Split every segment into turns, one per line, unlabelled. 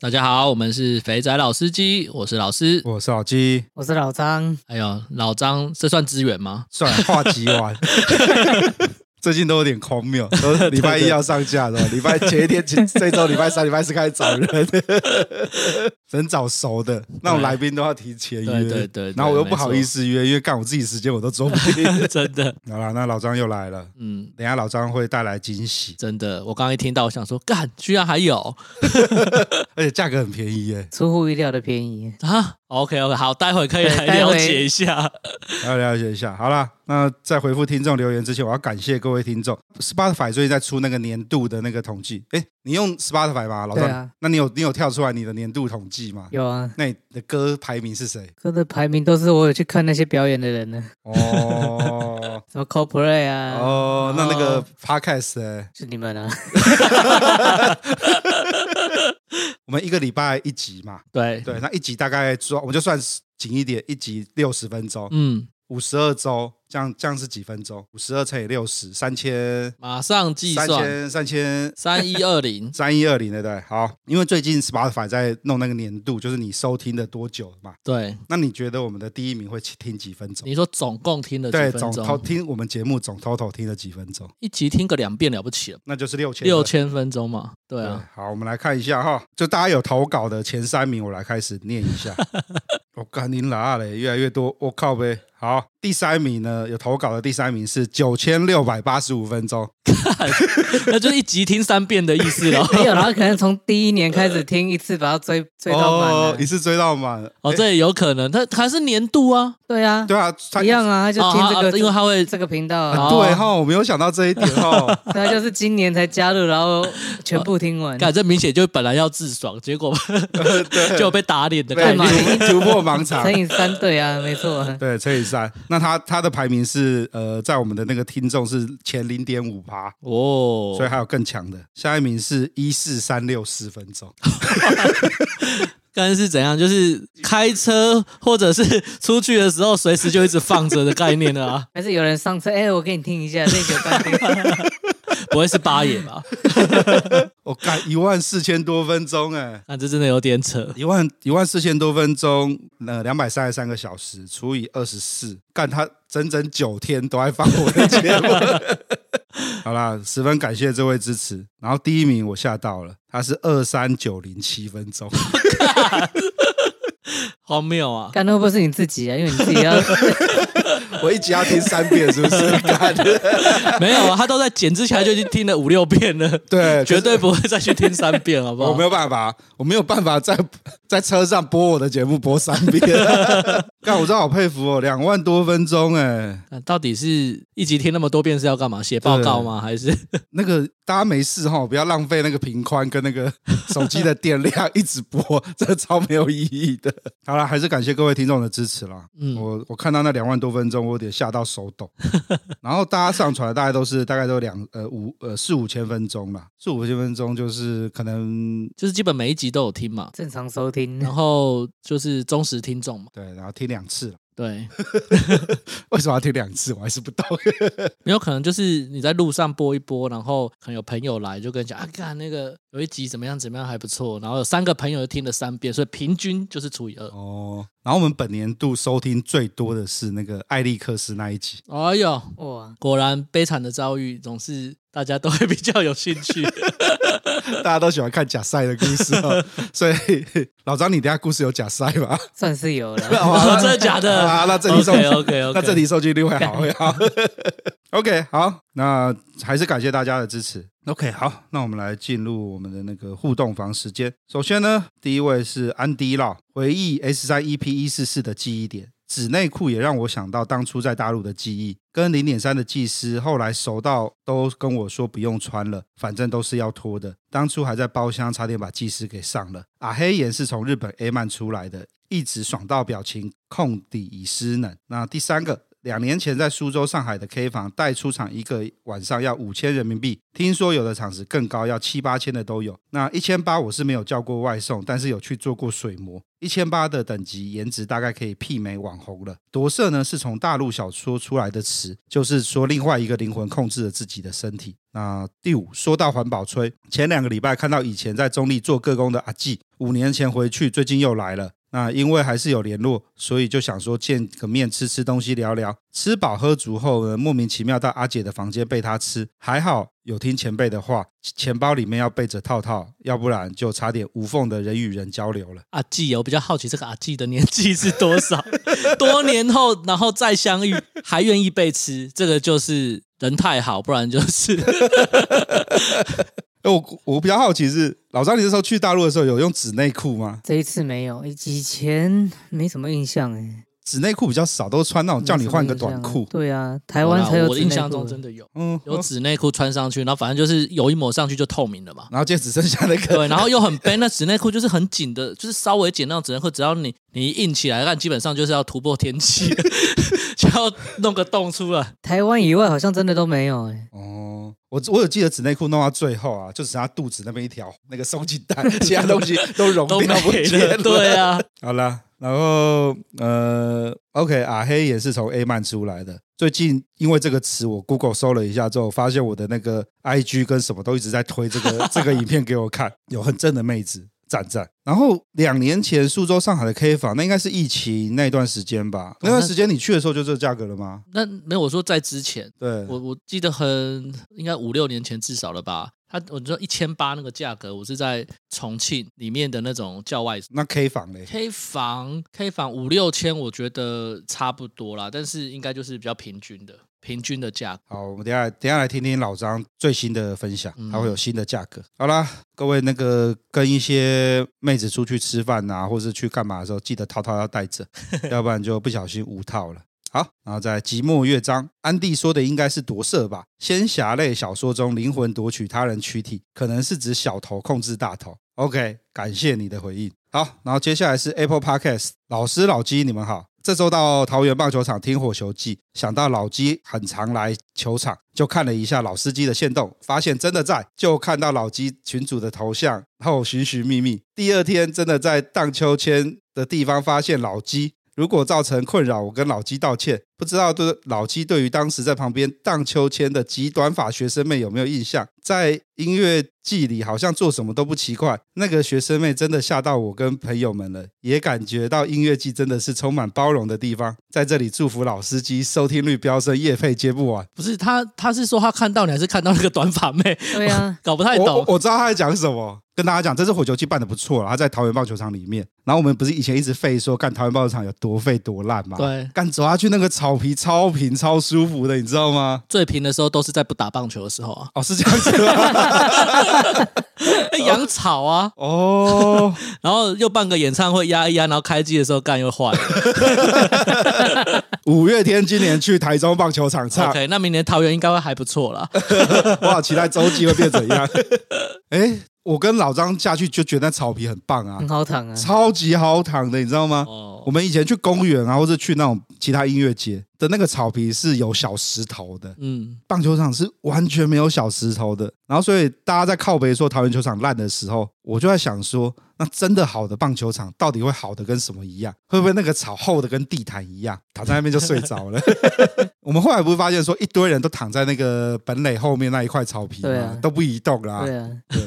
大家好，我们是肥仔老司机，我是老师，
我是老鸡，
我是老张，
还有老张，这算资源 吗？
算了，话题完。 最近都有点荒谬，都是礼拜一要上架 的，礼拜前一天，前这周礼拜三、礼拜四开始找人，只能找熟的。那种来宾都要提前约，
对对对对
然后我又不好意思约，因为干我自己时间我都做不定。
真的，
好啦，那老张又来了，
嗯，
等一下老张会带来惊喜，
真的，我刚一听到，我想说，干，居然还有
而且价格很便宜耶。
出乎意料的便宜。
啊！OK OK，好，待会可以来
对待
了
会
解一 下。
要了解一下。好啦，那在回复听众留言之前，我要感谢各位听众。Spotify 最近在出那个年度的那个统计，哎，你用 Spotify 吗，老张？
对啊
那你有你有跳出来你的年度统计吗？
有啊，
那你的歌排名是谁？
歌的排名都是我有去看那些表演的人呢，
哦
什么 CoPlay 啊，
哦，那那个 Podcast 哎、
是你们啊，。
我们一个礼拜一集嘛，
对，
对，那一集大概抓，我们就算紧一点，一集六十分钟，
嗯，
五十二周，这样这样是几分钟？五十二乘以六十，三千，
马上计
三
算，
千，三千
三一 二零，
三一二零对不对？好，因为最近 Spotify 在弄那个年度，就是你收听的多久嘛？
对，
那你觉得我们的第一名会听几分钟？
你说总共听了
对，
几分
总偷
钟？
听我们节目总 total 听了几分钟？
一集听个两遍了不起了，
那就是六千
六千分钟嘛。对
对
啊，
好，我们来看一下哈，就大家有投稿的前三名，我来开始念一 下。我干你哪嘞，越来越多，我靠呗。好，第三名呢，有投稿的第三名是九千六百八十五分钟，
那就是一集听三遍的意思了
没有，然后可能从第一年开始听一次，把它追追到满
哦
啊，
一次追到满。
哦，
诶
这也有可能，它它还是年度啊，
对啊，
对啊，他
一样啊，他就
哦
听这
啊
个，
啊因为它会
这个频道
啊
啊，
对哈，我没有想到这一点哈。
他就是今年才加入，然后全部听完。
感这明显就本来要自爽，结果 就被打脸的概
对嘛
念。
对，突突 破盲场
乘。以三对啊，没错啊，
对，乘以三。那他他的排名是呃，在我们的那个听众是前零点五趴，
哦
所以，还有更强的。下一名是一四三六四分钟，
刚刚是怎样？就是开车或者是出去的时候，随时就一直放着的概念了啊，
还是有人上车，哎，我给你听一下，那个半天
不会是八爷 吧？
我、哦、干一万四千多分钟哎、
那啊这真的有点扯。
一万一万四千多分钟，呃，两百三十三个小时除以二十四，干他整整九天都在放我的节目。 好啦，十分感谢这位支持。然后第一名我吓到了，他是二三九零七分钟，
荒谬啊！
干那会不会是你自己啊？因为你自己要？
我一集要听三遍，是不是？干，
没有啊，他都在剪之前就已经听了五六遍了，
对，
绝对不会再去听三遍，好不好？
我没有办法，我没有办法在在车上播我的节目播三 遍。但我真的好佩服哦，两万多分钟哎，
啊到底是一集听那么多遍是要干嘛？写报告吗？还是
那个大家没事哈，不要浪费那个频宽跟那个手机的电量， 一直播，这超没有意义的。好了，还是感谢各位听众的支持啦。
嗯
我我看到那两万多分钟，我有点吓到手 抖。然后大家上传的大概都是大概都两呃五呃四五千分钟啦，四五千分钟就是可能
就是基本每一集都有听嘛
正常收听，
然后就是忠实听众嘛，
对，然后听两次了。
对，
为什么要听两次？我还是不懂。
没有可能就是你在路上播一播，然后可能有朋友来就跟你讲啊，看那个有一集怎么样怎么样还不错，然后有三个朋友就听了三遍，所以平均就是除以二。
哦，然后我们本年度收听最多的是那个艾利克斯那一集，
哎呦，
哇，
果然悲惨的遭遇总是大家都会比较有兴 趣。
大家都喜欢看假赛的故事、 哦，所以老张，你等一下故事有假赛吗？
算是有了。
哦 真的假的
啊，那这题收
OK，OK，OK
那这题收听率会好会好。OK，好，那还是感谢大家的支持。OK，好，那我们来进入我们的那个互动房时间。首先呢，第一位是安迪老回忆 S 三 EP 一四四的记忆点，纸内裤也让我想到当初在大陆的记忆，跟零点三的技师后来熟到都跟我说不用穿了，反正都是要脱的。当初还在包厢，差点把技师给上了。啊，黑岩是从日本 A 漫出来的，一直爽到表情控底已失能。那第三个两年前在苏州、上海的 K 房带出场一个晚上要五千人民币，听说有的场子更高，要七八千的都有。那一千八我是没有叫过外送，但是有去做过水模。一千八的等级颜值大概可以媲美网红了。夺舍呢是从大陆小说出来的词，就是说另外一个灵魂控制了自己的身体。那第五，说到环保吹，前两个礼拜看到以前在中立做各工的阿纪，五年前回去，最近又来了。那因为还是有联络，所以就想说见个面吃吃东西聊聊。吃饱喝足后呢，莫名其妙到阿姐的房间被她吃，还好有听前辈的话，钱包里面要备着套套，要不然就差点无缝的人与人交流了。
阿哦纪，我比较好奇这个阿纪的年纪是多少？ 多年后，然后再相遇，还愿意被吃，这个就是人太好，不然就是
哎，我我比较好奇是老张，你这时候去大陆的时候有用纸内裤吗？
这一次没有，以前没什么印象哎。
纸内裤比较少，都是穿那种叫你换个短裤。
对啊，台湾才有
我
纸内
印
裤。
象中真的有
嗯，
有纸内裤穿上去，然后反正就是油一抹上去就透明了嘛。
然后就只剩下那个
对，然后又 很 b 那纸内裤就是很紧的，就是稍微紧那种纸内裤，只要你你一硬起来，那基本上就是要突破天际， 就要弄个洞出来。
台湾以外好像真的都没有哎。
哦，我我有记得纸内裤弄到最后啊，就只剩下肚子那边一条那个松紧带， 其他东西都融
都没
掉不见
了，对啊，
好啦，然后呃，OK，阿黑也是从 A 曼出来的。最近因为这个词，我 Google 搜了一下之后，发现我的那个 IG 跟什么都一直在推这个这个影片给我看，有很正的妹子，赞赞。然后两年前苏州、上海的 K 房，那应该是疫情那段时间
哦
吧？那段时间你去的时候就这个价格了吗？
那没有我说在之前，
对，
我我记得很应该五六年前至少了吧。他我知道一千八那个价格，我是在重庆里面的那种叫外
那 K 房嘞，
K 房 K 房五六千，我觉得差不多啦，但是应该就是比较平均的平均的价格。
好，我们等一下等一下来听听老张最新的分享
嗯，
他会有新的价格。好啦，各位那个跟一些妹子出去吃饭啊，或是去干嘛的时候，记得套套要带着，要不然就不小心无套了。好，然后在即墨乐章，安迪说的应该是夺舍吧？仙侠类小说中，灵魂夺取他人躯体，可能是指小头控制大头。OK，感谢你的回应。好，然后接下来是 Apple Podcast，老师老鸡，你们好。这周到桃园棒球场听火球季，想到老鸡很常来球场，就看了一下老司机的线动，发现真的在，就看到老鸡群主的头像后寻寻觅觅。第二天真的在荡秋千的地方发现老鸡，如果造成困扰，我跟老鸡道歉。不知道对老鸡对于当时在旁边荡秋千的极短发学生妹有没有印象？在音乐季里，好像做什么都不奇怪。那个学生妹真的吓到我跟朋友们了，也感觉到音乐季真的是充满包容的地方。在这里祝福老司机收听率飙升，夜配接啊不完。
不是他，他是说他看到你，还是看到那个短发妹？，
对啊
搞不太
我我
懂。
我知道他在讲什么，跟大家讲，这次火球季办的不错了，他在桃园棒球场里面。然后我们不是以前一直废说干桃园棒球场有多废多烂吗？
对
干走下去那个草皮超平超舒服的，你知道吗？
最平的时候都是在不打棒球的时候 啊，
哦，是这样子吗？
哎养草啊，
哦，
然后又办个演唱会压一压，然后开机的时候干又坏了。
五月天今年去台中棒球场唱，
OK，那明年桃园应该会还不错 啦。
我好期待周记会变怎样。 哎，我跟老张下去就觉得那草皮很棒啊
嗯
很，好躺啊。
超级好躺的，你知道吗？
哦
我，们以前去公园啊，或者去那种其他音乐节的那个草皮是有小石头的，
嗯，
棒球场是完全没有小石头的。然后，所以大家在靠北说桃园球场烂的时候，我就在想说，那真的好的棒球场到底会好的跟什么一样？会不会那个草厚的跟地毯一样，躺在那边就睡着 了？我们后来不是发现说，一堆人都躺在那个本垒后面那一块草皮嘛，
对啊
都不移动啦，
对啊，
对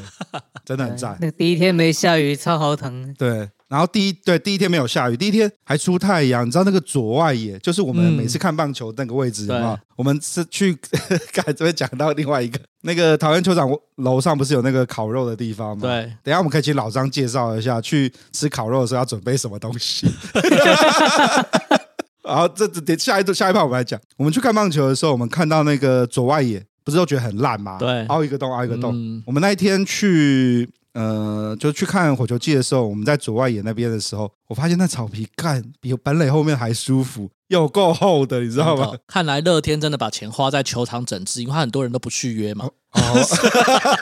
真的很赞。
那第一天没下雨，超好躺。
对，然后第一对第一天没有下雨，第一天还出太阳，你知道那个左外野就是我们
嗯
每次看棒球那个位置、有没有
对？
我们是去 刚才这边讲到另外一个那个桃园球场楼上不是有那个烤肉的地方吗？。
对，
等一下，我们可以请老张介绍一下，去吃烤肉的时候要准备什么东 西。然后这这下一段下一趴我们来讲，我们去看棒球的时候，我们看到那个左外野不是都觉得很烂吗？
对
凹一个洞，凹一个洞。
嗯
我们那一天去。呃，就去看火球季的时候，我们在左外野那边的时候，我发现那草皮干比本垒后面还舒服，有够厚的，你知道吗？？
看来乐天真的把钱花在球场整治，因为他很多人都不续约嘛。
哦，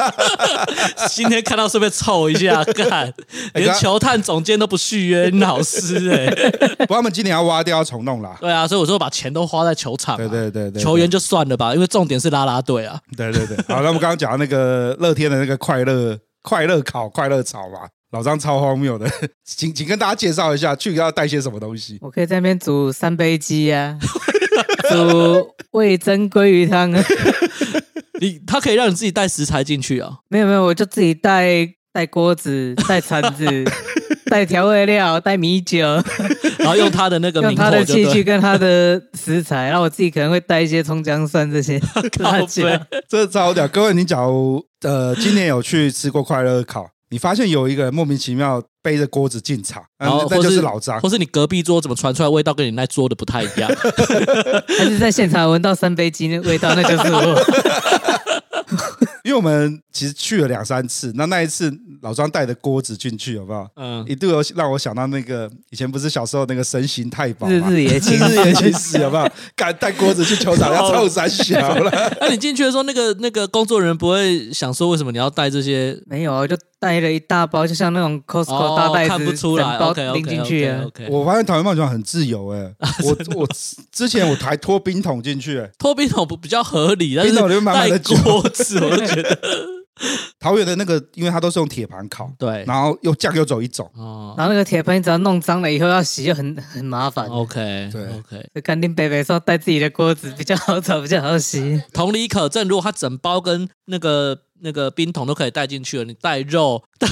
今天看到顺便凑一 下，
哎
干，连球探总监都不续约，你 老师哎、
不过他们今年要挖掉要重弄啦。
对啊，所以我说把钱都花在球场、啊，
对对对对，
球员就算了吧，因为重点是拉拉队啊。
对对 对，好，那我们刚刚讲到那个乐天的那个快乐快乐烤快乐炒嘛，老张超荒谬的， 请请跟大家介绍一下去要带些什么东西。
我可以在那边煮三杯鸡啊，煮味增鲑鱼汤啊。
你他可以让你自己带食材进去啊，
没有没有，我就自己带带锅子、带铲子、带调味料、带米酒，
然后用他的那 个
用
名
他
头
的
就
器具
对。
跟他的食材，然后我自己可能会带一些葱姜蒜 这些辣椒。
背
这超屌！各位，你假如呃今年有去吃过快乐烤，你发现有一个人莫名其妙背着锅子进场，啊
然后
那
哦或
就是老张
或。是你隔壁桌怎么传出来味道跟你那桌的不太一 样？
还是在现场闻到三杯鸡那味道，那就是我。
因为我们其实去了两三次，那那一次老张带着锅子进去，有没有？
嗯，
一度有让我想到那个以前不是小时候那个神行太保
日
吗？
日也
其
清，
实也其实有没有？敢带锅子去球场
哦
要臭三小了？
那你进去的时候，那个那个工作人员不会想说为什么你要带这些？
没有啊，我就带了一大包，就像那种 Costco 大
哦
袋，子，
看不出来
整包
，OK
拎
OK
进去
OK
啊。
OK。
我发现台湾棒球场很自由哎、
啊
我我之前我还拖冰桶进去、欸，
拖冰桶不比较合理，但是
冰桶里面满满的
带
酒
锅子，我就觉 得
桃园的那个因为它都是用铁盘烤，
对
然后又酱又走一种。
哦
然后那个铁盆只要弄脏了以后要洗，就很很麻烦。
，OK
对
OK。
就肯定北北说带自己的锅子比较好找，比较好 洗。
同理可证，如果他整包跟那个那个冰桶都可以带进去了，你带肉、带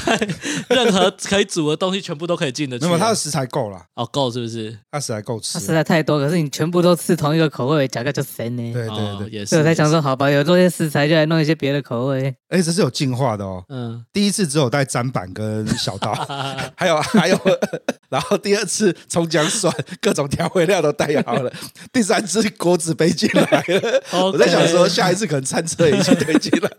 任何可以煮的东西，全部都可以进得去
那
啊。
么它的食材够了，
哦够是不是？
它食材够吃。
它实在太多，可是你全部都吃同一个口味，价格就神呢。
对对
哦
对，
也是。
所以我才想
也是，
说，好吧，有这些食材就来弄一些别的口味。
而且这是有进化的哦。
嗯，
第一次只有带砧板跟小 刀，
啊
还有还有， 然后第二次葱姜蒜各种调味料都带好 了，第三次锅子背进来了。 我在想说，
OK
下一次可能餐车也一起推进来。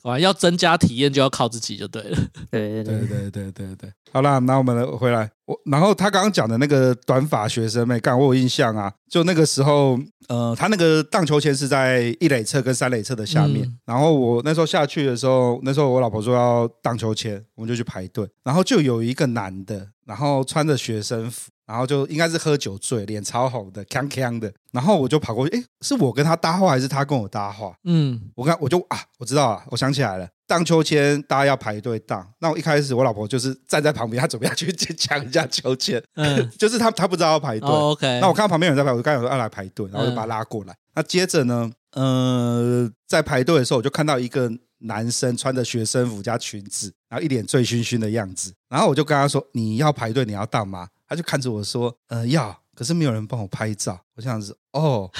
果然要增加体验，就要靠自己就对了。
对对
对
对，
对对对对，好啦，那我们回来。我然后他刚刚讲的那个短发学生妹，干我有印象啊。就那个时候，呃，他那个荡秋千是在一垒侧跟三垒侧的下面。
嗯
然后我那时候下去的时候，那时候我老婆说要荡秋千，我们就去排队。然后就有一个男的，然后穿着学生服。然后就应该是喝酒醉，脸超红的，康康的。然后我就跑过去，诶，欸是我跟他搭话，还是他跟我搭话？
嗯，
我看我就啊，我知道了，我想起来了，荡秋千大家要排队荡。那我一开始我老婆就是站在旁边，她准备要去 抢人家秋千，
嗯
就是她她不知道要排队。
哦 OK。
那我看到旁边有人在排，我就刚想说要来排队，然后
嗯
我就把她拉过来。那接着呢，呃，在排队的时候，我就看到一个男生穿着学生服加裙子，然后一脸醉醺醺的样子，然后我就跟他说：“你要排队，你要荡吗？”他就看着我说：“呃，要。”可是没有人帮我拍照，我想是 哦，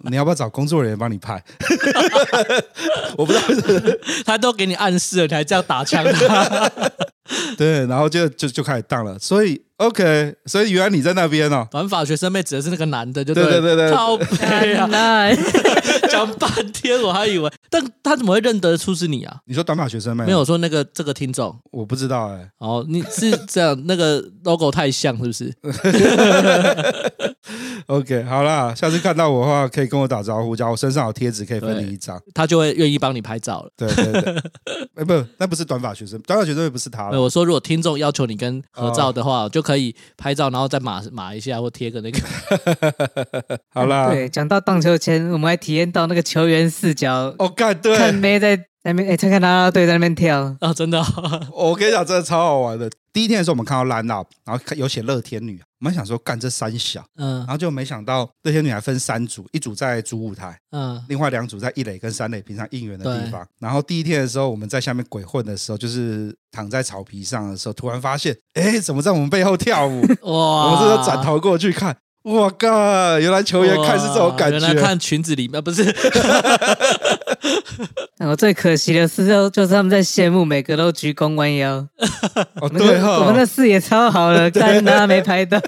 你要不要找工作人员帮你拍？ 我不知道为什么
他都给你暗示了，你还这样打枪他？
对，然后就就就开始荡了。所以 OK，所以原来你在那边哦。
短发学生妹指的是那个男的，就
对
了
对对对
靠背啊，
那
讲半天我还以为，但他怎么会认得出是你啊？
你说短发学生妹哦
没有，我说那个这个听众，
我不知道哎、
哦，你是这样，那个 logo 太像是不是？
OK，好啦，下次看到我的话可以跟我打招呼，假如我身上有贴纸可以分你一张。
他就会愿意帮你拍照了。
对对 对，哎、不，那不是短发学生，短发学生妹不是他
对，
呃
了。
我说如果听众要求你跟合照的话，就可以拍照，然后再码码一下或贴个那个。
好啦，
对，讲到荡秋千，我们还体验到那个球员视角，
哦，干
看
对，
妹在那边，哎，看看啦啦队在那边跳。
啊，真的哦、
我跟你讲，真的超好玩的。第一天的时候，我们看到兰老，然后看有写乐天女，啊我们想说干这三
啊
小，
嗯
然后就没想到乐天女还分三组，一组在主舞台，
嗯，
另外两组在一垒跟三垒平常应援的地
对
方。然后第一天的时候，我们在下面鬼混的时候，就是躺在草皮上的时候，突然发现，哎，怎么在我们背后跳舞？
哇！
我们这时候转头过去看，我靠，原来球员看是这种感
哇原来
觉。哦
看裙子里呃面不是
那我最可惜的是，就就是他们在羡慕，每个都鞠躬弯腰。
哦，
我们的
对
我们的
哈。
视野超好 了，但他没拍到。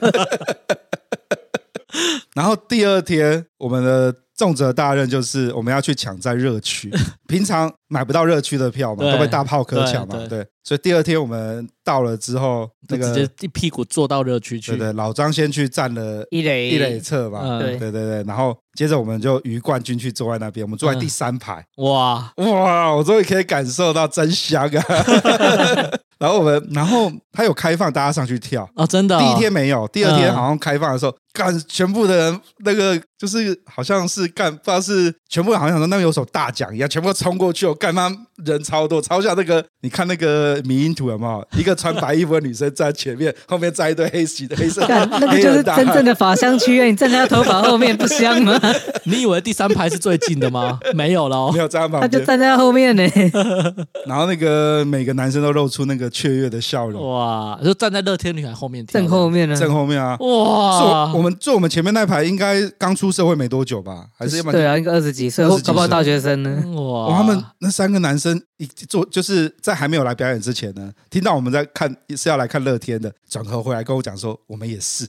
然后第二天，我们的重责大任就是我们要去抢在热 区，平常买不到热区的票嘛，
对
都被大炮哥抢嘛，
对
对。所以第二天我们到了之后，那
就
个
直接一屁股坐到热区去
对。对，老张先去站了
一垒
一垒侧嘛，
嗯
对对对，然后接着我们就余冠军去坐在那边，我们坐在第三排，
哇，
哇，我终于可以感受到真香 啊！然后我们，然后他有开放大家上去跳。
哦，真的哦、
第一天没有，第二天
嗯
好像开放的时候，干全部的人那个就是好像是干，不知道是全部好像想说那边有首大奖一样，全部冲过去哦，干妈人超多，超像那个你看那个迷因图有没有？一个穿白衣服的女生站前面，后面站一堆黑洗的黑色，
干 那个就是真正
的。
的法香区啊院，你站在他头发后面不香吗？
你以为第三排是最近的 吗？没有喽
没，有站在旁
他就
边，
站在他后面呢。
然后那个每个男生都露出那个雀跃的笑
哦
容，
哇，就站在乐天女孩后面跳
正
的，
后面呢？
正后面啊，是
哇，
我我们坐我们前面那排，应该刚出社会没多久吧？还是要不然
对啊，应该二十几岁，
二十
或
几岁
搞不好大学生呢。
哇，
哦他们那三个男生一做，就是在还没有来表演之前呢，听到我们在看是要来看乐天的，转头回来跟我讲说，我们也是。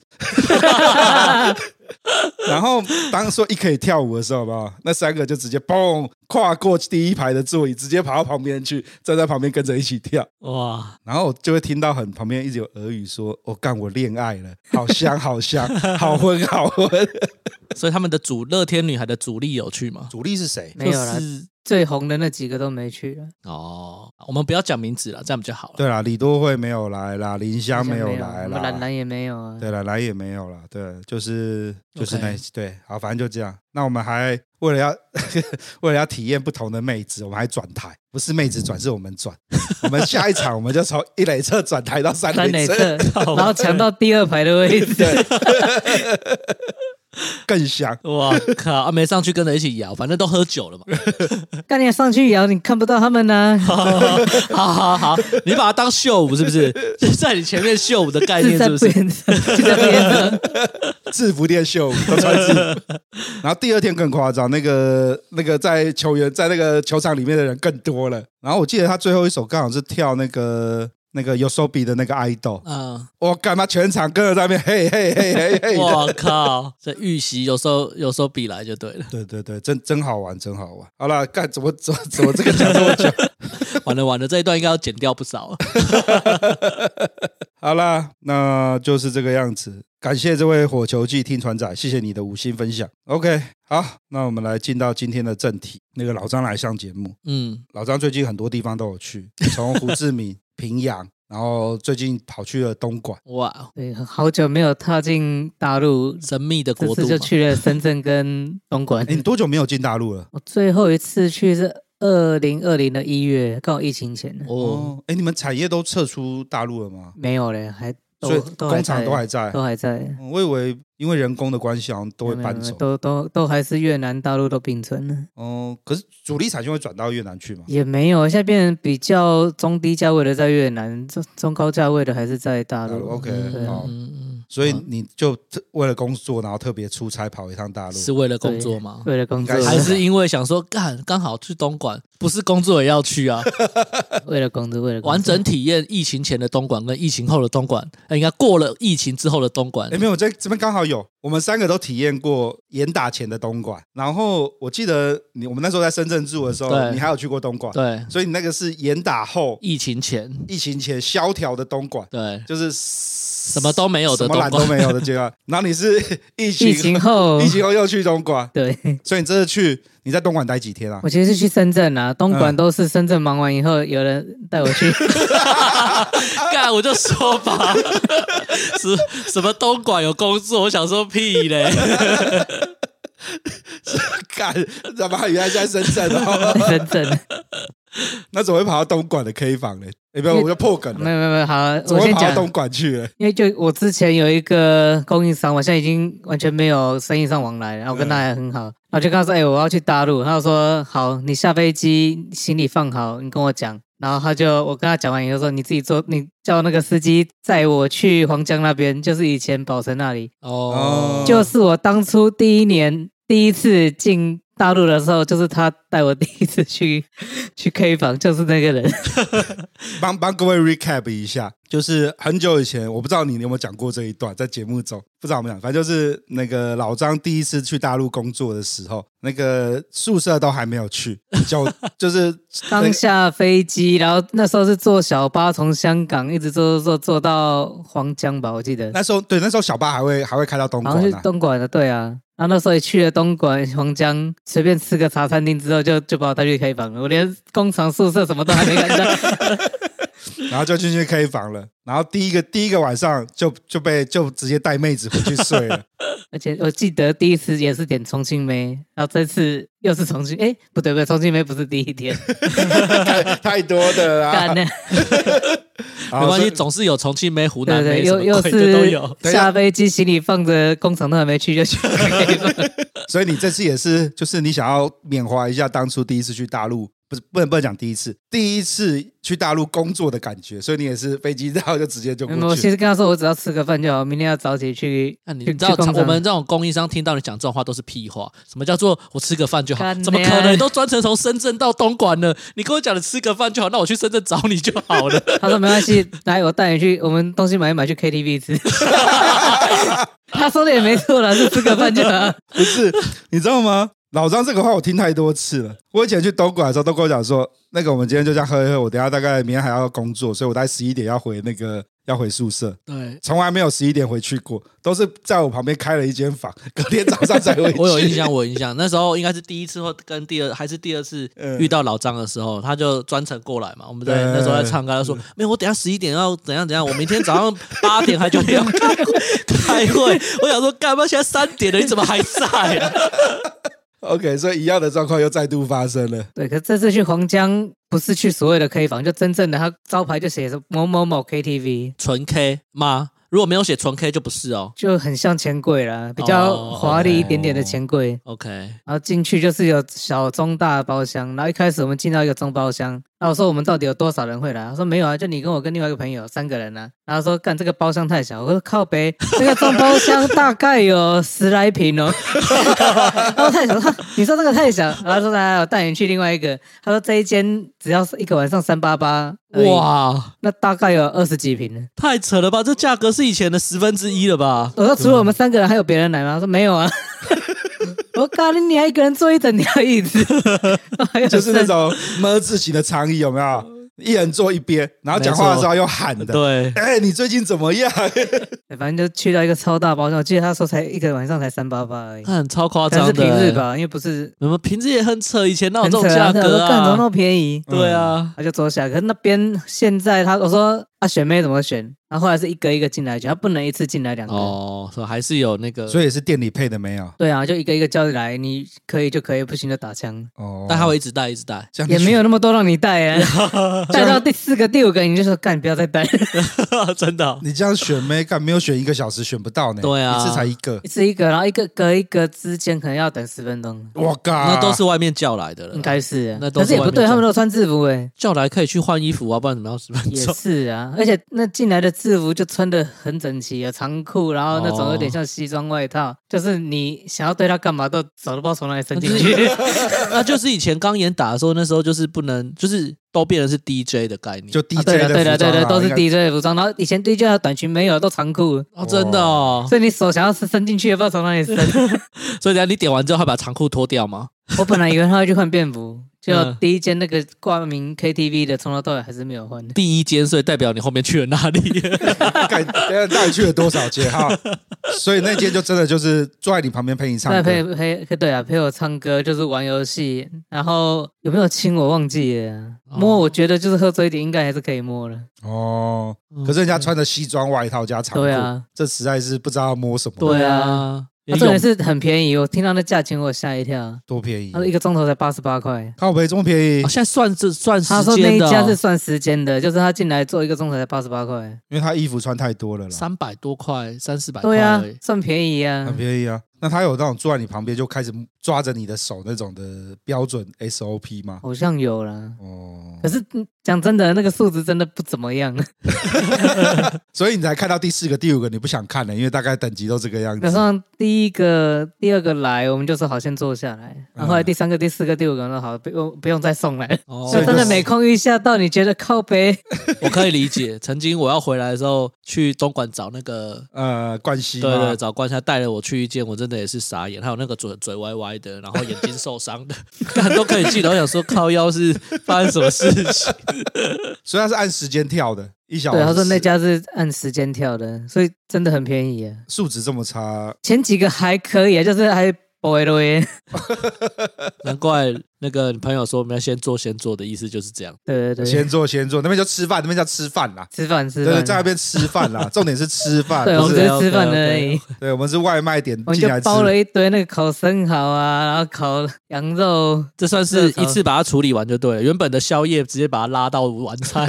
然后当说一可以跳舞的时候，好不好？那三个就直接嘣跨过第一排的座椅，直接跑到旁边去，站在旁边跟着一起跳。
哇，
然后我就会听到很旁边一直有俄语说：“我、干，我恋爱了，好香，好香，好昏，好昏。
所以他们的主乐天女孩的主力有去吗”？
主力是谁？
没有啦
就，是
最红的那几个都没去了。
哦，我们不要讲名字了，这样比较好了。
对啦，李多惠没有来啦，林香没有来
我们兰
啦，
兰也没有啊。
对啦，来也没有啦，对，就是就是
OK
那一集对，好，反正就这样。那我们还为了要 为了要体验不同的妹子，我们还转台，不是妹子转，是我们转。我们下一场我们就从一垒侧转台到三
三
垒
垒
侧，
侧，然后抢到第二排的位置。
更香。
哇 靠！啊，没上去跟着一起摇，反正都喝酒了嘛。
干你上去摇，你看不到他们啊 呢，
好好好，你把它当秀舞是不 是？就在你前面秀舞的概
是
念
在
是不是？
边，是在边。
制服店秀都穿制服，然后第二天更夸张，那个那个在球员在那个球场里面的人更多了。然后我记得他最后一首刚好是跳那个那个 Yosobi 的那个 idol，
嗯，
我干嘛全场跟着在那边嘿嘿嘿嘿嘿的。
我靠，这预习有时候有时候比来就对了，
对对对，真真好玩，真好玩。好了，干怎么怎么怎么这个讲这么久？
完了完了，这一段应该要剪掉不少了。
好啦，那就是这个样子。感谢这位火球季听船仔，谢谢你的五星分享。OK，好，那我们来进到今天的正题。那个老张来上节目，
嗯，
老张最近很多地方都有去，从胡志明、平阳，然后最近跑去了东莞。
哇，
对，好久没有踏进大陆，
神秘的
这
国
次
度
就
嘛，
去了深圳跟东莞
哎，。你多久没有进大陆了？
我最后一次去是二零二零的一月，刚好疫情前呢。
哦，
哦，哎，你们产业都撤出大陆了吗？
没有嘞，还
所
都
以工厂都
还
还在
在。都还在，
嗯我以为因为人工的关系，好像都会
没有
搬
没有
走。
都都都还是越南、大陆都并存了。
哦，可是主力产线会转到越南去嘛？
也没有，现在变成比较中低价位的在越南，中中高价位的还是在大
大陆
陆。
哦，OK，
对啊
好
嗯
所以你就特为了工作，然后特别出差跑一趟大
嗯，
陆。
是为了工作吗？
为了工作
应，该
还是因为想说，干刚好去东莞，不是工作也要去 啊，
为了工作，为了工
完
作
整体验疫情前的东莞跟疫情后的东莞，哎应该过了疫情之后的东莞
哎，，没有，在这边刚好有，我们三个都体验过严打前的东莞。然后我记得你，我们那时候在深圳住的时候，
对
你还有去过东莞，
对，
所以你那个是严打后
疫情前，
疫情前萧条的东莞，
对，
就是什
什么都没有的
什么懒
东
都
莞，
没有的阶段。然后你是 疫情
疫情后
疫，情后又去东莞，
对
所以你这次去你在东莞待几天啊？
我其实是去深圳啊，东莞
嗯
都是深圳忙完以后，有人带我去
啊
干我就说吧， 什什么东莞有工作，我想说屁嘞，
干， 他妈原来在深圳哦，
深圳，
那怎么会跑到东莞的 K 房呢？哎，不要，我就破梗了
没。有没有没有，好，
怎么
我
会
先
跑到东
讲。
莞去了？
因为就我之前有一个供应商，我现在已经完全没有生意上往来了，然后我跟他还很好，
嗯
然后就跟他说：“哎、我要去大陆。”他就说：“好，你下飞机行李放好，你跟我讲。”然后他就我跟他讲完以后说：“你自己坐，你叫那个司机载我去黄江那边，就是以前宝城那里，
哦
哦，
就是我当初第一年第一次进大陆的时候，就是他带我第一次去 去 K 房，就是那 个人。
帮帮各位 recap 一下，就是很久以前，我不知道你有没有讲过这一段，在节目中不知道有没有讲，反正就是那个老张第一次去大陆工作的时候，那个宿舍都还没有去， 就就是
刚下飞机，然后那时候是坐小巴从香港一直坐坐坐坐到黄江吧，我记得，
那时候对那时候小巴还会还会开到东
好像
莞
是
啊，
东莞的，对啊。然后那时候也去了东莞、黄江，随便吃个茶餐厅之后就，就把我带去 K 房了。我连工厂宿舍什么都还没 敢到，
然后就进去 K 房了，然后第一个第一个晚上就就被就直接带妹子回去睡了，
而且我记得第一次也是点重庆妹，然后这次又是重庆，哎，不对不对，重庆妹不是第一 天，
太太多的
干
啦，
的，
没
没关系，总是有重庆妹、湖南
对
妹
对，
什
又
么
又
鬼的都
是
有。
等一下
下飞机行李放着，工厂都还没去就去 K 房。
所以你这次也是，就是你想要缅怀一下当初第一次去大陆，不是不能不能讲第一次，第一次去大陆工作的感觉，所以你也是飞机到就直接就
嗯我
过
其
去。
实跟他说，我只要吃个饭就好，明天要早起去。
啊那、你
去
你知道
去工厂
我们这种供应商听到你讲这种话都是屁话。什么叫做我吃个饭就好？
干
怎么可
娘
能？你都专程从深圳到东莞了，你跟我讲的吃个饭就好，那我去深圳找你就好了。
他说没关系，来，我带你去，我们东西买一买，去 KTV 吃。 他说的也没错啦，就吃个饭就好。
不是，你知道吗？老张这个话我听太多次了。我以前去东莞的时候都跟我讲说，那个我们今天就这样喝一喝，我等一下大概明天还要工作，所以我大概十一点要回那个要回宿舍，
对，
从来没有十一点回去过，都是在我旁边开了一间房，隔天早上才回去。
我有印象，我有印象，那时候应该是第一次或跟第二还是第二 次
嗯
遇到老张的时候，他就专程过来嘛。我们在
对
那时候在唱歌，他说：“没有，我等一下十一点要怎样怎样，我明天早上八点还九 点要开会开会。”我想说，干嘛现在三点了，你怎么还在啊？
OK，所以一样的状况又再度发生 了。
对，可这次去黄江不是去所谓的 K 房，就真正的他招牌就写着某某某 KTV，
纯 K 吗？如果没有写纯 K 就不是哦。
就很像钱柜啦，比较
哦
华丽一点点的钱柜。
OK，
然后进去就是有小、中、大的包厢。然后一开始我们进到一个中包厢，然后我说我们到底有多少人会来？他说没有啊，就你跟我跟另外一个朋友三个人啊。然后说干这个包厢太小，我说靠北，这个中包厢大概有十来平哦。 然后太小，他你说这个太小，然后说来，我带你去另外一个。他说这一间只要是一个晚上三八八，哇，
哇，
那大概有二十几平呢。
太扯了吧！这价格是以前的十分之一了吧？
我说除了我们三个人，还有别人来吗？他说没有啊。 我说靠，你你还一个人坐一整条椅子， 还有
就是那
剩
种么字形的长椅，有没有？一人坐一边，然后讲话的时候又喊的。
对，
哎、你最近怎么样？
对反正就去到一个超大包厢，我记得他说才一个晚上才三八八而已，
看超夸
可
张
能是
的。
平日吧，因为不是
我们平日也很扯，以前哪有
很
这
扯
种
啊
价
我说
格
干怎么那
啊？
么便宜？
嗯
对啊，
他就坐下，可是那边现在他我说啊选妹怎么选？然后后来是一个一个进来选，他不能一次进来两个。
哦，所以还是有那个，
所以也是店里配的没有
对啊，就一个一个叫来，你可以就可以，不行就打枪，
哦，
但他会一直带，一直带。
这样
也没有那么多让你带啊，
哈
带到第四个、第五个你就说干，不要再带了，
哈， 真的哦、
你这样选没干，没有选一个小时选不到呢。
对啊
一次才一个
一，次一个，然后一个隔一个之间可能要等十分钟，
我靠，
那都是外面叫来的了。
应该是啊，
那都
可
是
是也
外
不
面
对，
叫
他们都有穿制服哎、
叫来可以去换衣服啊，不然怎么样十分
也
钟？
是啊，而且那进来的制服就穿的很整齐，有长裤，然后那种有点像西装外套，就是你想要对他干嘛都手都不知道从哪里伸进 去。
那就是以前刚演打的时候，那时候就是不能，就是都变成是 DJ 的概念。
就
啊
DJ
对
的服
的，对的，
装
对
啊
的，都
应
是
该
DJ 的服装。然后以前 DJ 的短裙没有，都长裤，
哦，真的哦。
所以你手想要伸伸进去也不知道从哪里伸。
所以等下你点完之后，还把长裤脱掉吗？
我本来以为他会去换便服，就
嗯
第一间那个挂名 KTV 的，从头到尾还是没有换的。
第一间，所以代表你后面去了哪里？
干等一下到底去了多少间 哈？所以那间就真的就是坐在你旁边陪你唱
对，陪
歌，
陪对啊，陪我唱歌就是玩游戏，然后有没有亲我忘记了啊，摸我觉得就是喝醉一点应该还是可以摸了。
哦。可是人家穿着西装外套加长裤，
嗯对啊
这实在是不知道要摸什么，
对
啊，
啊，重点是很便宜，我听到那价钱我吓一跳，
多便宜
他说，啊一个钟头才八十八块。
靠北这么便宜
哦，现在算是算时
他说那
间
一
的哦、
家是算时间的，就是他进来做一个钟头才八十八块。
因为他衣服穿太多了啦。
三百多块，三四百块
对啊
而已，
算便宜啊
很。便宜啊。那他有那种坐在你旁边就开始抓着你的手那种的标准 SOP 吗？
好像有啦。
哦
可，是嗯讲真的，那个数值真的不怎么样。
所以你才看到第四个、第五个，你不想看了，因为大概等级都这个样
那
子。
上第一个、第二个来，我们就说好先坐下来，然后后来
嗯
第三个、第四个、第五个说好，不用不用再送来了。
哦
所
就
以就
真的
是
没空一下到你觉得靠背，
我可以理解。曾经我要回来的时候，去东莞找那个
呃，关系
对
吗
对，找关夏带了我去一间，我真的也是傻眼，还有那个嘴嘴歪歪的，然后眼睛受伤的， 看都可以记得。我想说靠腰是发生什么事情？
所以他是按时间跳的，一小时。
对，他说那家是按时间跳的，所以真的很便宜啊。
数值这么差，
前几个还可以啊，就是还不会录音，
难怪那个你朋友说我们要先做先做的意思就是这样。
对对对，
先做先做，那边就吃饭，那边叫吃饭啦。
吃饭吃
对对，
饭，
在那边吃饭 啦，重点是吃饭，
对，我
不
们
是
只
对
是吃饭而已
OK，OK，OK，
对，我们是外卖点
我们
进来
就
吃。
包了一堆那个烤生蚝啊，然后烤羊肉，
这算是一次把它处理完就对了。原本的宵夜直接把它拉到晚 餐，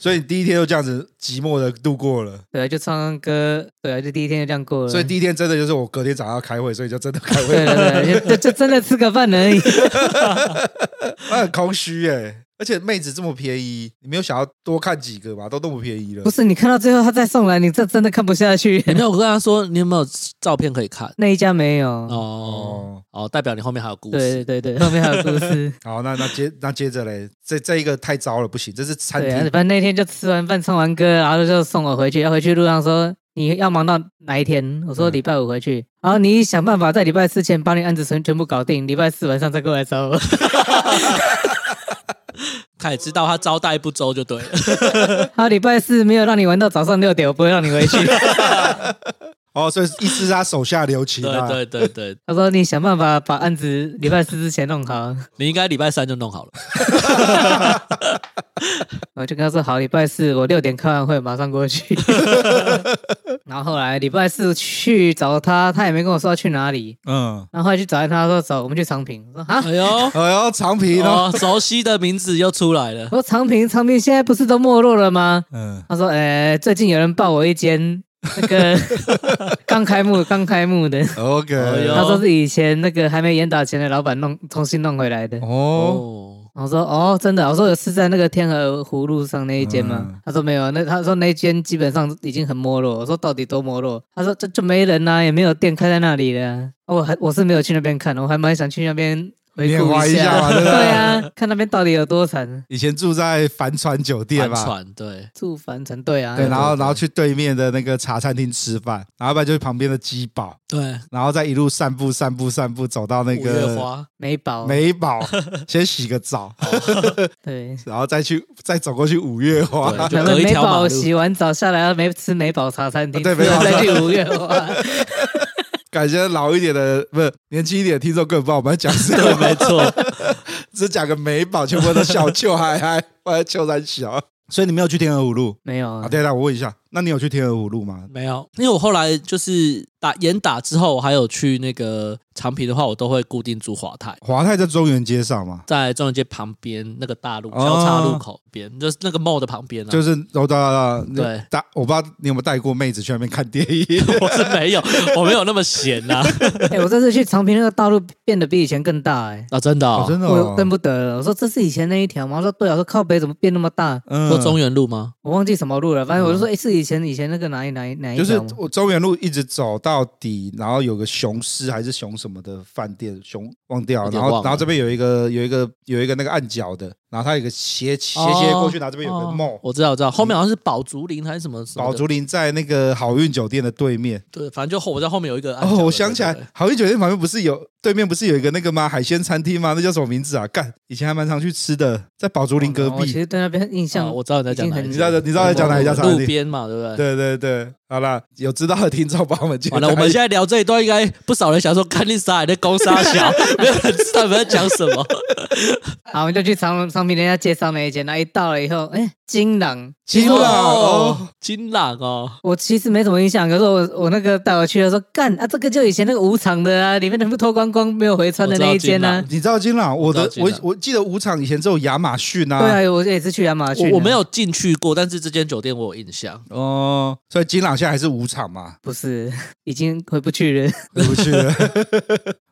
所以你第一天就这样子寂寞的度过了。
对啊，就唱唱歌，对啊，就第一天就这样过了。
所以第一天真的就是我隔天早上要开会，所以就真的开
对
会，
对对， 就就就真的吃个饭而已。
那很空虚哎、而且妹子这么便宜，你没有想要多看几个吗？都那么便宜了
不，是你看到最后他再送来，你这真的看不下去。
嗯
你没有跟他说你有没有照片可以看？
那一家没有，
哦
哦。
哦，代表你后面还有故事。
对对对，后面还有故事
好，那那接那接着嘞，这这一个太糟了，不行，这是餐
对啊，
厅
反正那天就吃完饭唱完歌，然后就送我回去。要回去路上说你要忙到哪一天？我说
嗯
礼拜五回去。然后你想办法在礼拜四前把你案子全全部搞定，礼拜四晚上再过来找我。
他也知道他招待不周就对了。
他礼拜四没有让你玩到早上六点，我不会让你回去。
哦，所以意思是他手下留情啊。
对对对对，
他说你想办法把案子礼拜四之前弄好。
你应该礼拜三就弄好了。
我就跟他说好，礼拜四我六点开完会马上过去。然后后来礼拜四去找他，他也没跟我说要去哪里。
嗯，
然后后来去找他，他说走，我们去长平。我说 啊，
哎呦，
哎呦，长平哦，
哦，熟悉的名字又出来了
我。说长平，长平现在不是都没落了吗？
嗯，
他说，呃，最近有人报我一间 那个刚开幕，刚开幕的。
OK，
哎呦
他说是以前那个还没严打前的老板弄重新弄回来的。
哦，
哦，
我说哦，真的啊，我说有是在那个天河湖路上那一间吗？
嗯
他说没有，那他说那一间基本上已经很没落。我说到底多没落？他说这就没人啊呐、也没有店开在那里了啊。我还我是没有去那边看，我还蛮想去那边回
缅
顾
怀一下
下
嘛，对不对
对啊，看那边到底有多惨。
以前住在帆船酒店
帆
吧，
船对，
住帆船对啊，
对，然后
对
然后去对面的那个茶餐厅吃饭，然后要不然就是旁边的鸡堡，
对，
然后再一路散步散步散步走到那
五月
个
花，
美宝
美宝，先洗个 澡，
对，
然后再去再走过去五月花。
对，就
然
隔
后
一
美
条马
宝
路。
洗完澡下来要没吃美宝茶餐厅，
对美宝茶
再去五月花。
感觉老一点的不是年轻一点的听众根本不知道我们在讲什
对，
么，
没错，
只讲个美宝，全部都笑秋嗨嗨， 我在秋山小。所以你没有去天鹅湖路
没有
嗯
啊
啊？，对了，我问一下，那你有去天鹅湖路吗？
没有，因为我后来就是打严打之后，我还有去那个长平的话，我都会固定住华泰，
华泰在中原街上嘛，
在中原街旁边那个大路
哦
交叉路口边，就是那个 mall 的旁边啊。
就是哦，到
对
大，我不知道你有没有带过妹子去那边看电影。
我是没有，我没有那么闲啊呐。
哎，我这次去长平那个道路变得比以前更大哎。
啊，真的
哦
哦，
真的哦
我认不得了。我说这是以前那一条吗？我说对啊。我说靠北怎么变那么大？
嗯
过中原路吗？
我忘记什么路了。反正我就说，哎、是以前以前那个哪一哪一哪一
就是
条吗？
我中原路一直走到底，然后有个雄狮还是雄什么的饭店，雄忘掉，
有点
然后
忘了
然后这边有一个有一个有一个那个暗角的，然后它有一个斜斜
哦
斜过去，然后这边有个
哦
梦。
我知道，我知道，后面好像是宝竹林还是什么什
嗯
么
宝
的
竹林在那个好运酒店的对面
对，反正就后我在后面有一个暗角
哦，
的
我想起
对对
来
对，
好运酒店旁边不是有对面不是有一个那个吗？海鲜餐厅吗？那叫什么名字啊？干，以前还蛮常去吃的，在宝竹林隔
我其
壁。哦
实对那边印象、
啊我知道你在讲
已经
哪一家，
很
你知道你知道在讲哪一家餐厅
路边嘛，对不对？
对对对，好啦，有知道的听众帮我们介绍
完
一
了，
下。
我们现在聊这一段，应该不少人 想说，看你傻，你在攻杀小，没有人知道你们在讲什么。
好，我们就去长长旁边人家介绍那一间，然后一到了以后，哎、金朗，
金朗哦，
金朗哦，
我其实没什么印象，可是我我那个带我去的时候，干啊，这个就以前那个五厂的啊，里面全部脱光光没有回穿的那一间
我知道
啊
金。
你知道金朗，我
我
的
知道
我
金朗
我记得五场以前只有亚马逊啊，
对啊，我也是去亚马逊的
我我没有进去过，但是这间酒店我有印象。
哦，所以金朗现在还是五场 嘛，
不是，已经回不去了，
回不去了。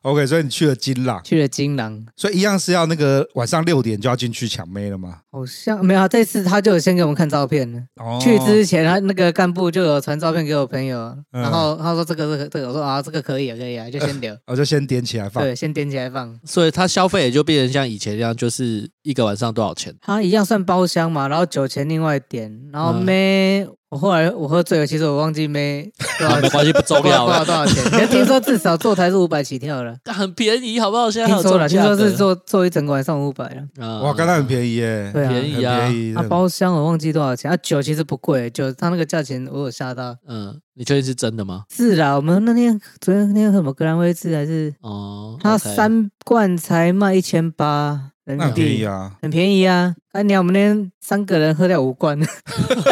OK，所以你去了金朗，
去了金狼，
所以一样是要那个晚上六点就要进去抢妹了嘛。
好像没有、啊。这次他就有先给我们看照片了。
哦，
去之前，他那个干部就有传照片给我朋友，
嗯
然后他说这个这个这个，我说啊这个可以啊可以啊，就 先留，
哦我就先点起来放。
对，先点起来放。
所以它消费也就变成像以前一样，就是一个晚上多少钱？
他一样算包厢嘛，然后酒钱另外点，然后
嗯
妹，我后来我喝醉了，其实我忘记妹多
啊 没
少钱。
关系，不重要
花
了，
了，多少钱？可是听说至少坐台是五百起跳了
很便宜，好不好？现在 还
听
有
说了，
这
听
种
说
价格
是坐坐一整个晚上五百了。
啊
哇，刚才很便宜耶，
对啊
哦很
便宜啊
便宜。
啊，包厢我忘记多少钱，啊酒其实不贵，酒他那个价钱我有吓到。
嗯，你确定是真的吗？
是啦，我们那天昨天那天喝什么格兰威治还是
哦，
他
OK
三罐才卖一千八人
那
民
很便宜
币，
啊。
很便宜啊！干娘，我们那天三个人喝掉五罐，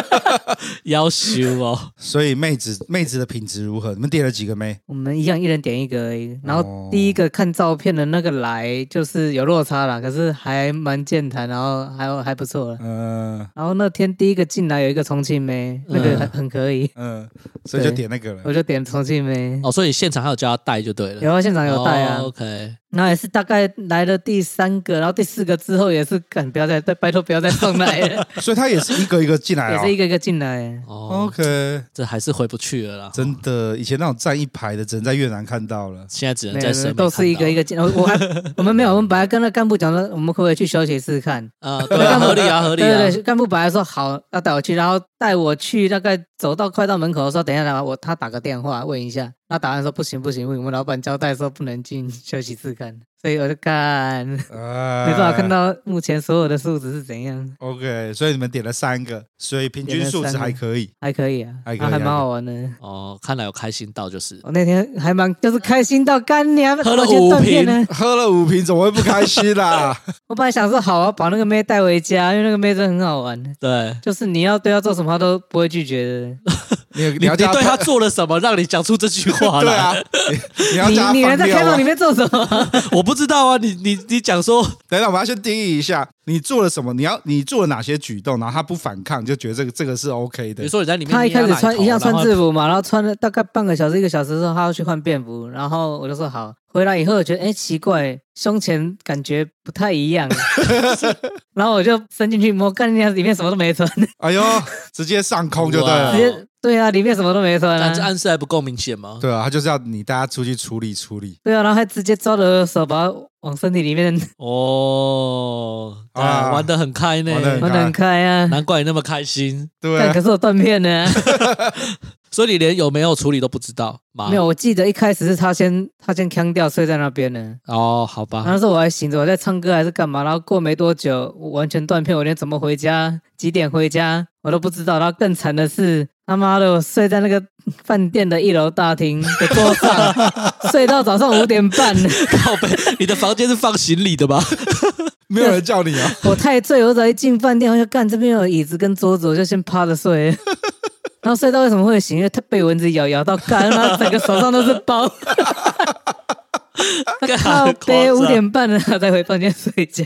要修哦，
所以妹子妹子的品质如何？你们点了几个妹？
我们一样一人点一个而已。然后
哦
第一个看照片的那个来就是有落差啦，可是还蛮健谈，然后还还不错了。
嗯
然后那天第一个进来有一个重庆妹，那个
嗯
很很可以，
嗯，所以就
对
点那个了。
我就点重庆妹。
哦，所以现场还有叫他带就对了，
有啊，现场有带啊，
哦 OK，
然后也是大概来了第三个，然后第四个之后也是，敢不要再再拜托不要再送来 了，
所以他也是一个一个进
哎
来
呃也
啊、
是一个一个进来。
哦
OK，
这还是回不去了啦。
真的，以前那种站一排的，只能在越南看到了。
现在只能
没
在
有
审美
都是一个一
个
个进来。我 我还我们没有，我们本来跟那干部讲说，我们可不可以去休息室看？
啊，对啊，合理啊，合理啊
对，对，干部本来说好要带我去，然后带我去，大概走到快到门口的时候，等一下来我他打个电话问一下，他打完说不行不行，我们老板交代说不能进休息室看，所以我就看，没
啊，
办法看。到目前所有的数值是怎样，
OK，所以你们点了三个，所以平均数值还可以。
还可以啊，
还可以
啊
还
还
可以
蛮好玩的。
哦，看来有开心到就是
我那天还蛮就是开心到干娘，
喝了
而且
五
断片
瓶
呢。
喝了五瓶，怎么会不开心啦、
我本来想说好啊，把那个妹带回家，因为那个妹真的很好玩，
对。
就是你要对她做什么她都不会拒绝的。
你有
你
你
你
要叫
对
他
他做了什么，让你讲出这句话
对
来？
啊，你你要叫他
你你
放
人在开
掉
房
啊
里。面做什么？
我不知道啊，你你你讲说
等一下，我们要先定义一下，你做了什么？你要你做了哪些举动？然后他不反抗，就觉得这个这个是 OK 的
你。说你在里面，啊
她一开始穿一样穿制
服，
服嘛，然后穿了大概半个小时一个小时之后，她要去换便服，然后我就说好。回来以后，我觉得哎、奇怪，胸前感觉不太一样，然后我就伸进去摸，干娘里面什么都没穿，直
哎呦，直接上空就对
哇
了。
接对啊，里面什么都没穿、
但这
啊，
暗示还不够明显吗？
对啊，他就是要你大家出去处理处理。
对啊，然后还直接抓着手把她往身体里面
哦，对
啊
玩的很开呢，
玩得很开
玩的很开啊。
难怪你那么开心。
对
但
啊
可，是我断片了、
所以你连有没有处理都不知道吗？
没有，我记得一开始是他先他先腔掉睡在那边呢，
哦，好
然后
吧，
那时候我还醒着，我在唱歌还是干嘛，然后过没多久我完全断片，我连怎么回家、几点回家我都不知道。然后更惨的是，他妈的我睡在那个饭店的一楼大厅的桌上，睡到早上五点半，
靠背，你的房间是放行李的吧？
没有人叫你啊。
我太醉，我只要一进饭店我就干这边有椅子跟桌子，我就先趴着睡。然后睡到为什么会醒？因为他被蚊子咬，咬到干，然后整个手上都是包。靠背五点半了才回房间睡觉。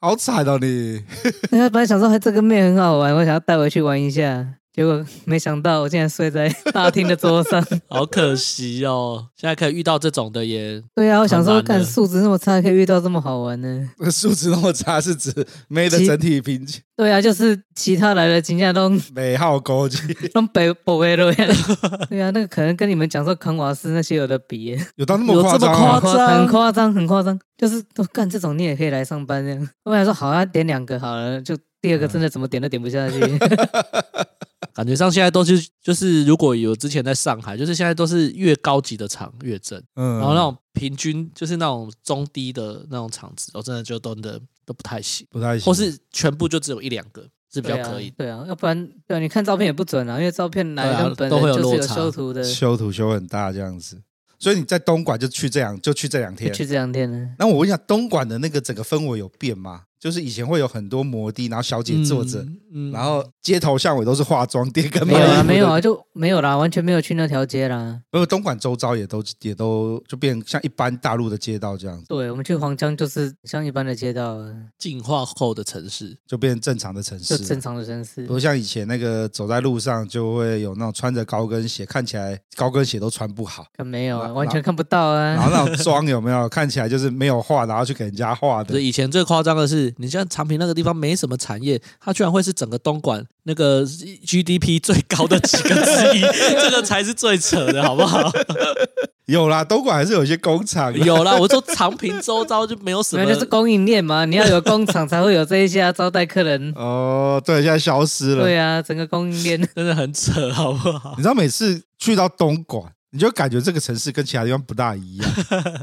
好惨哦你！
然后本来想说哎这个面很好玩，我想要带回去玩一下，结果没想到我竟然睡 在大厅的桌上。
好可惜哦，现在可以遇到这种的也
对啊，我想
好
说，
难的
干素质那么差，可以遇到这么好玩呢？
素质那么差是指妹的
其
整体平均
对啊，就是其他来的金 价都
美好勾稽，
都北北威了呀。对啊，那个可能跟你们讲说康瓦斯那些有的比耶，
有到那么
有
夸
这
张
么
啊
夸？
很
张。
夸张，很夸张。就是都干这种你也可以来上班这样。我本来说好啊，点两个好了，就第二
嗯
个真的怎么点都点不 下去。
感觉上现在都是就是，如果有之前在上海，就是现在都是越高级的场越正，
嗯，
然后那种平均就是那种中低的那种场子，哦我真的就都的都不太行，
不太行，
或是全部就只有一两个是比较可以的。
对啊。对啊，要不然对啊，你看照片也不准啊，因为照片来
对啊
跟本
都会有
人就
落
是有
差
修 图的，
修图修很大这样子。所以你在东莞就去这样，就去这两
就
天。
去这两天呢。
那我问一下，东莞的那个整个氛围有变吗？就是以前会有很多摩的，然后小
啊
姐坐着，
嗯
然后街头巷尾都是化妆店跟
没有
卖衣服
啊，
的
没有啊，就没有啦，完全没有去那条街啦。
因为东莞周遭也都也都就变像一般大陆的街道这样子，
对，我们去黄江就是像一般的街道啊，
进化后的城市，
就变正常的城市
就
了，
正常的城市
不。像以前那个走在路上就会有那种穿着高跟鞋，看起来高跟鞋都穿不好，
看没有，啊，
那
完全看不到
然后
啊。
那种妆有没有看起来就是没有画，然后去给人家画
所
的
以，以前最夸张的是，你像长平那个地方没什么产业，它居然会是整个东莞那个 GDP 最高的几个之一， 这个才是最扯的，好不好？
有啦，东莞还 是有一些工厂，
有 啦，我说长平周遭就没有什
没
么，
有，就是供应链 嘛，你要有工厂才会有这一些啊招待客人。
哦，对，现在消失了。
对啊，整个供应链。
真的很扯，好不好？
你知道每次去到东莞，你就感觉这个城市跟其他地方不大一样，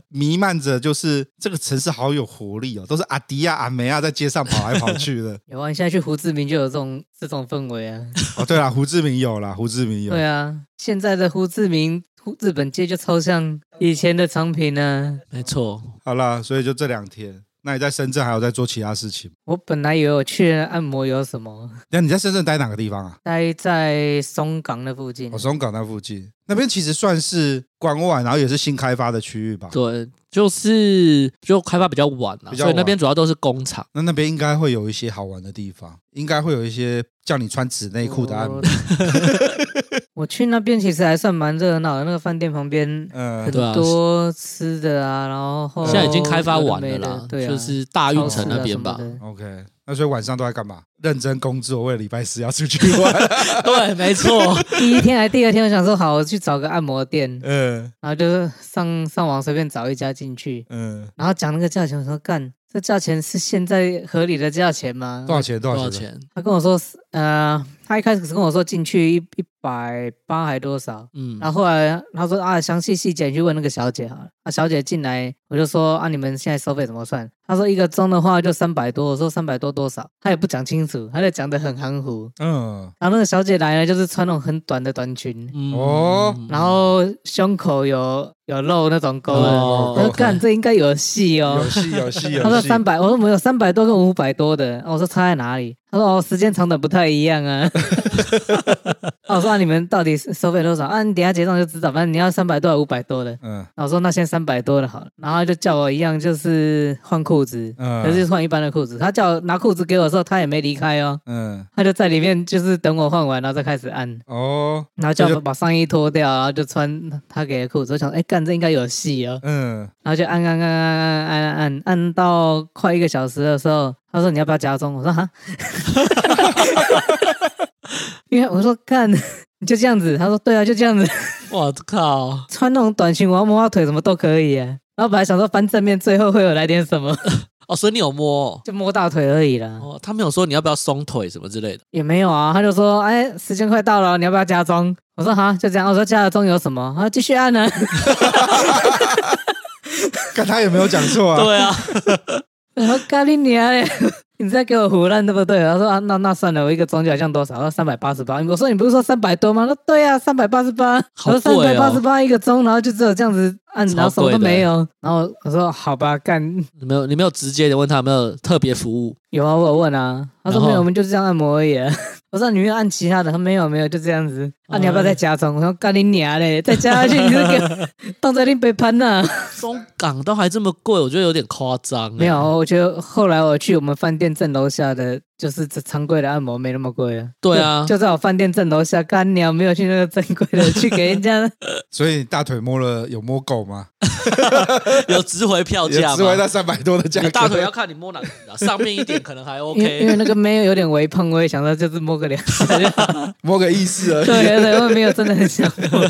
弥漫着就是这个城市好有活力哦，都是阿迪亚、阿梅亚在街上跑来跑去的
有啊。你现在去胡志明就有这种这种氛围啊。
哦，对啦，胡志明有啦，胡志明有。
对啊，现在的胡志明胡日本街就超像以前的昌平啊。
没错，
好啦，所以就这两天。那你在深圳还有在做其他事情吗？
我本来以为我去按摩有什么，
那你在深圳待哪个地方啊？
待在松港那附近
哦，。松港那附近，那边其实算是关外，然后也是新开发的区域吧。
对，就是就开发比较晚了，
比较
所以
晚
那边主要都是工厂。
那那边应该会有一些好玩的地方，应该会有一些叫你穿纸内裤的按摩
我。哦我去那边其实还算蛮热闹的，那个饭店旁边
呃
很，
对啊
多吃的啊，然后
哦
现在已经开发完
有
了
的没的
啦，
对啊，
就是大运
超市
城
啊
那边
什么
吧。
的
OK，那所以晚上都在干嘛？认真工作，为了礼拜四要出去 玩。
对，没错，
第一天还第二天，我想说好，我去找个按摩店，
嗯
然后就是上上网随便找一家进去，
嗯，
然后讲那个价钱，我说干，这价钱是现在合理的价钱吗
多？少钱？多
多
少
少
钱？
钱？
他跟我说是，呃，他一开始是跟我说进去一一百八还多少，
嗯，
然后后来他说啊，详细细节你去问那个小姐好了。啊，小姐进来，我就说啊，你们现在收费怎么算？她说一个钟的话就三百多，我说三百多多少？她也不讲清楚，她就讲得很含糊。
嗯，
然后那个小姐来呢，就是穿那种很短的短裙，
嗯
哦
然后胸口有有露那种沟的。
哦
我说
OK
干，这应该有戏哦
嗯有。戏有戏有戏。
她说三百，我说没有三百多跟五百多的，啊我说差在哪里？她说哦，时间长短不太一样啊。 啊我说、啊、你们到底是收费多少？啊，你等一下结账就知道，反正你要三百多还是五百多的。哦
嗯
然后我说那先三百多的好了，然后他就叫我一样就是换裤子，
嗯
可是换一般的裤子。他叫我拿裤子给我的时候，他也没离开哦，
嗯
他就在里面就是等我换完，然后再开始按，
哦
然后叫
这
我
就
把上衣脱掉，然后就穿他给的裤子。我想，哎，干这应该有戏哦，
嗯
然后就按按按按按按按按到快一个小时的时候，他说你要不要加钟？我说哈，因为我说干你就这样子，他说对啊就这样子。
我靠，
穿那种短裙，我要摸到腿什么都可以耶。然后本来想说翻正面，最后会有来点什么，
哦，所以你有摸哦
就摸到腿而已啦，
哦，他没有说你要不要松腿什么之类的，
也没有啊。他就说：“哎，时间快到了，你要不要加钟？”我说：“好，就这样。”我说：“加了钟有什么？”他说：“继续按呢、啊。
看他有没有讲错啊？
对啊，”
我说：“咖喱你啊， 你在给我胡乱对不对？”他说：“啊，那那算了，我一个钟就好像多少？”他说：“三百八十八。”我说：“你不是说三百多吗？”他说：“对啊，三百八十八。”
好
我说：“三
贵
百八十
哦，
八一个钟，然后就只有这样子按，然后
超
什么都
贵的
没有。”然后我说：“好吧，干
你没有你没有直接的问他有没有特别服务，
有啊，我有问啊，他说
然后
没有，我们就是这样按摩而已啊。 我说你没有按其他的，他说没有没有，就这样子。啊，你要不要再加重？我说干你娘嘞，再加下去你这个 动作一定被喷了。
中港都还这么贵，我觉得有点夸张。欸
没有，，我觉得后来我去我们饭店正楼下的，就是这常规的按摩没那么贵啊。
对啊
就就在我饭店正楼下，干娘没有去那个正规的去给 人家。
所以大腿摸了有摸够吗？
有值回票
也
价
值回
吗
那？三百多的价
你
格。
大腿要看你摸哪个啊， 上面一点可能还
因为
OK。
因为那个没有有点微胖，我也想到就是摸 个两下就好，
摸个意思而已，
对对对，我没有真的很想摸，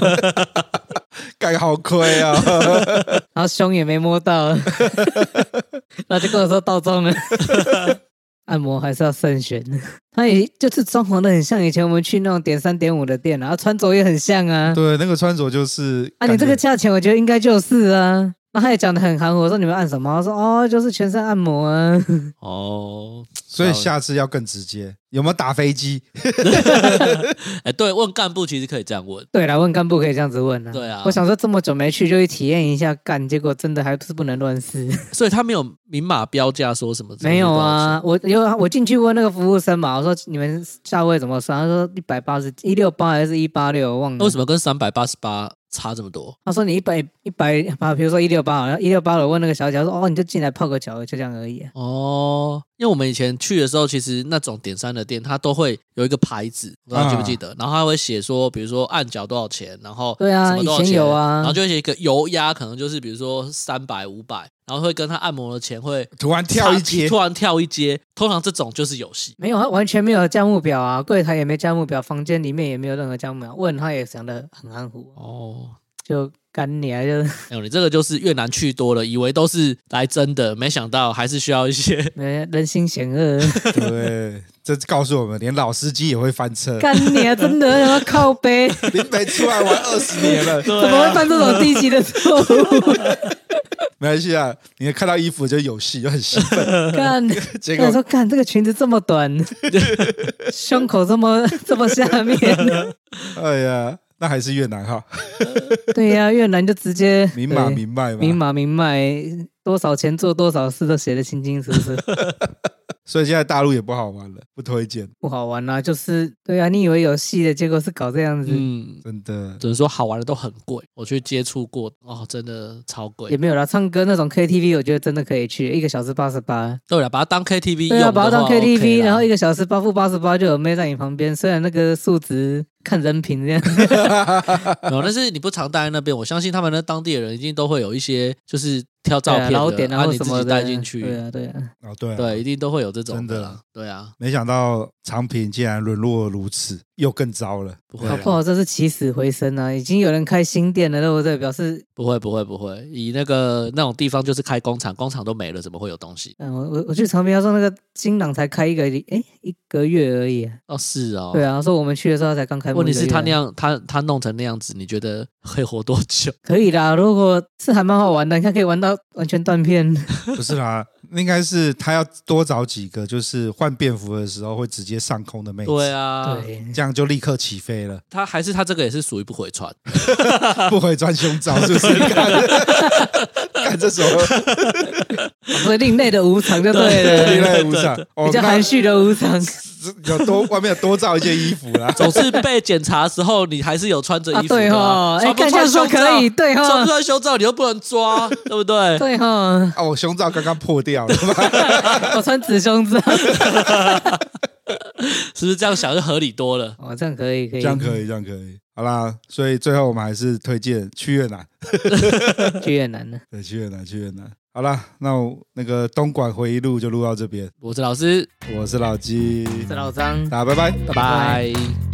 干好亏啊！
然后胸也没 摸到，然后就跟我说到中了。按摩还是要慎选，他也就是装潢的很像以前我们去那种点三点五的店啊，然后穿着也很像啊。
对，那个穿着就是
啊，你这个
感觉
价钱我觉得应该就是啊。那他也讲的很含糊，我说你们按什么？他说哦，就是全身按摩啊。
哦，
所以
好
下次要更直接，有没有打飞 机？
哎，对，问干部其实可以这样问，
对啦，问干部可以这样子问啊。
对啊
我想说这么久没去，就去体验一下干，结果真的还是不能乱试。
所以他没有明码标价说什么，
没有，啊，我有啊我进去问那个服务生嘛，我说你们价位怎么算？他说一百八十一六八还是一八六，我忘了
那为。什么跟三百八十八差这么多？
他说你一百一百啊，比如说一六八，然后一六八，我问那个小姐，她说哦，你就进来泡个脚，就这样而已啊、
哦，因为我们以前去的时候，其实那种点餐的店，它都会有一个牌子，不知
嗯
道记不记得？然后它会写说，比如说按脚多少钱，然后
对啊
什么多少钱
以前有啊
然后就会写一个油压，可能就是比如说三百、五百，然后会跟他按摩的钱会
突然跳一
差
阶
突，然跳一阶，通常这种就是有戏。
没有，他完全没有价目表啊，柜台也没价目表，房间里面也没有任何价目表，问他也讲的很含糊，
哦，
就干你啊，就
哎呦，你这个就是越南去多了，以为都是来真的，没想到还是需要一些
没人心险 恶，
对，这告诉我们，连老司机也会翻车。
干你啊，真的他妈靠 背，怎
林北出来玩二十年 了，
对
么会犯这种低级的错误？
没关系啊，你看到衣服就有戏，就很兴 奋。
干，
结
我
果
说干这个裙子这么 短，胸口这么这么下 面，
哎呀，那还是越南哈，
对呀、越南就直接
明码
对
明白嘛。
明码明卖，多少钱做多少事都写得清清楚 楚，
所以现在大陆也不好玩了，不推荐，
不好玩啊！就是对啊，你以为有戏的，结果是搞这样子，
嗯。
真的。
只能说好玩的都很贵，我去接触过哦，真的超贵
也。没有啦。唱歌那种 KTV，我觉得真的可以去，一个小时八十八，
对啊了，把它当 KTV 用
对
的话
啊，把它当
OK 啦
KTV，、然后一个小时八付八十八，就有妹在你旁边，虽然那个数值看人品这样，
没有，但是你不常待在那边，我相信他们那当地的人一定都会有一些就是挑 照
对
片
啊
的，
老点
啊，
或
你
什
自
么
己
的，
带进去，
对啊，对啊，
哦，对啊
对，一定都会有这种
真的
啦，对啊，
没想到长平竟然沦落如此，又更糟了。
不会
对
搞
啊
哦不好这是起死回生啊！已经有人开新店了，对不对？表示，
不会不会不会，以那个那种地方就是开工厂，工厂都没了，怎么会有东西？
嗯，我我我去长平，他说那个新郎才开一个礼，哎，一个月而已啊、
哦，是哦，
对啊，他说我们去的时候他才刚开幕一
问
个
题
月。
是他那样，他他弄成那样子，你觉得会活多久？
可以啦，如果是还蛮好玩的，你看可以玩到完全断片。
不是啦，应该是他要多找几个，就是换便服的时候会直接上空的妹子，
对啊，
对，
这样就立刻起飞了，
他还是他这个也是属于不回传，。
不回穿胸罩是不是？ 看看这首
所以另类的无常就对
另
了，
类无常，哦
比，较
那
含蓄的无 常。
有多外面有多罩一件衣服 啦
总是被检查的时候，你还是有穿着衣
啊，
服
对
的啊、
哈，哎，
穿不
干这
穿
样说
胸罩
可以，对
穿不
哈，
穿胸罩你又不能 抓，对不对？
对哈，
哦，我胸罩刚刚破掉了嘛，
我穿紫胸 罩，
是不是这样想就合理多了？
哦，这样可以，可
这
以，
样可以，这样可以。好啦，所以最后我们还是推荐去越南，
去越南了。
对，去越南，去越南。好啦，那我那个东莞回忆录就录到这边，
我是老师，
我是老鸡，
是老张，
大家拜拜。
拜拜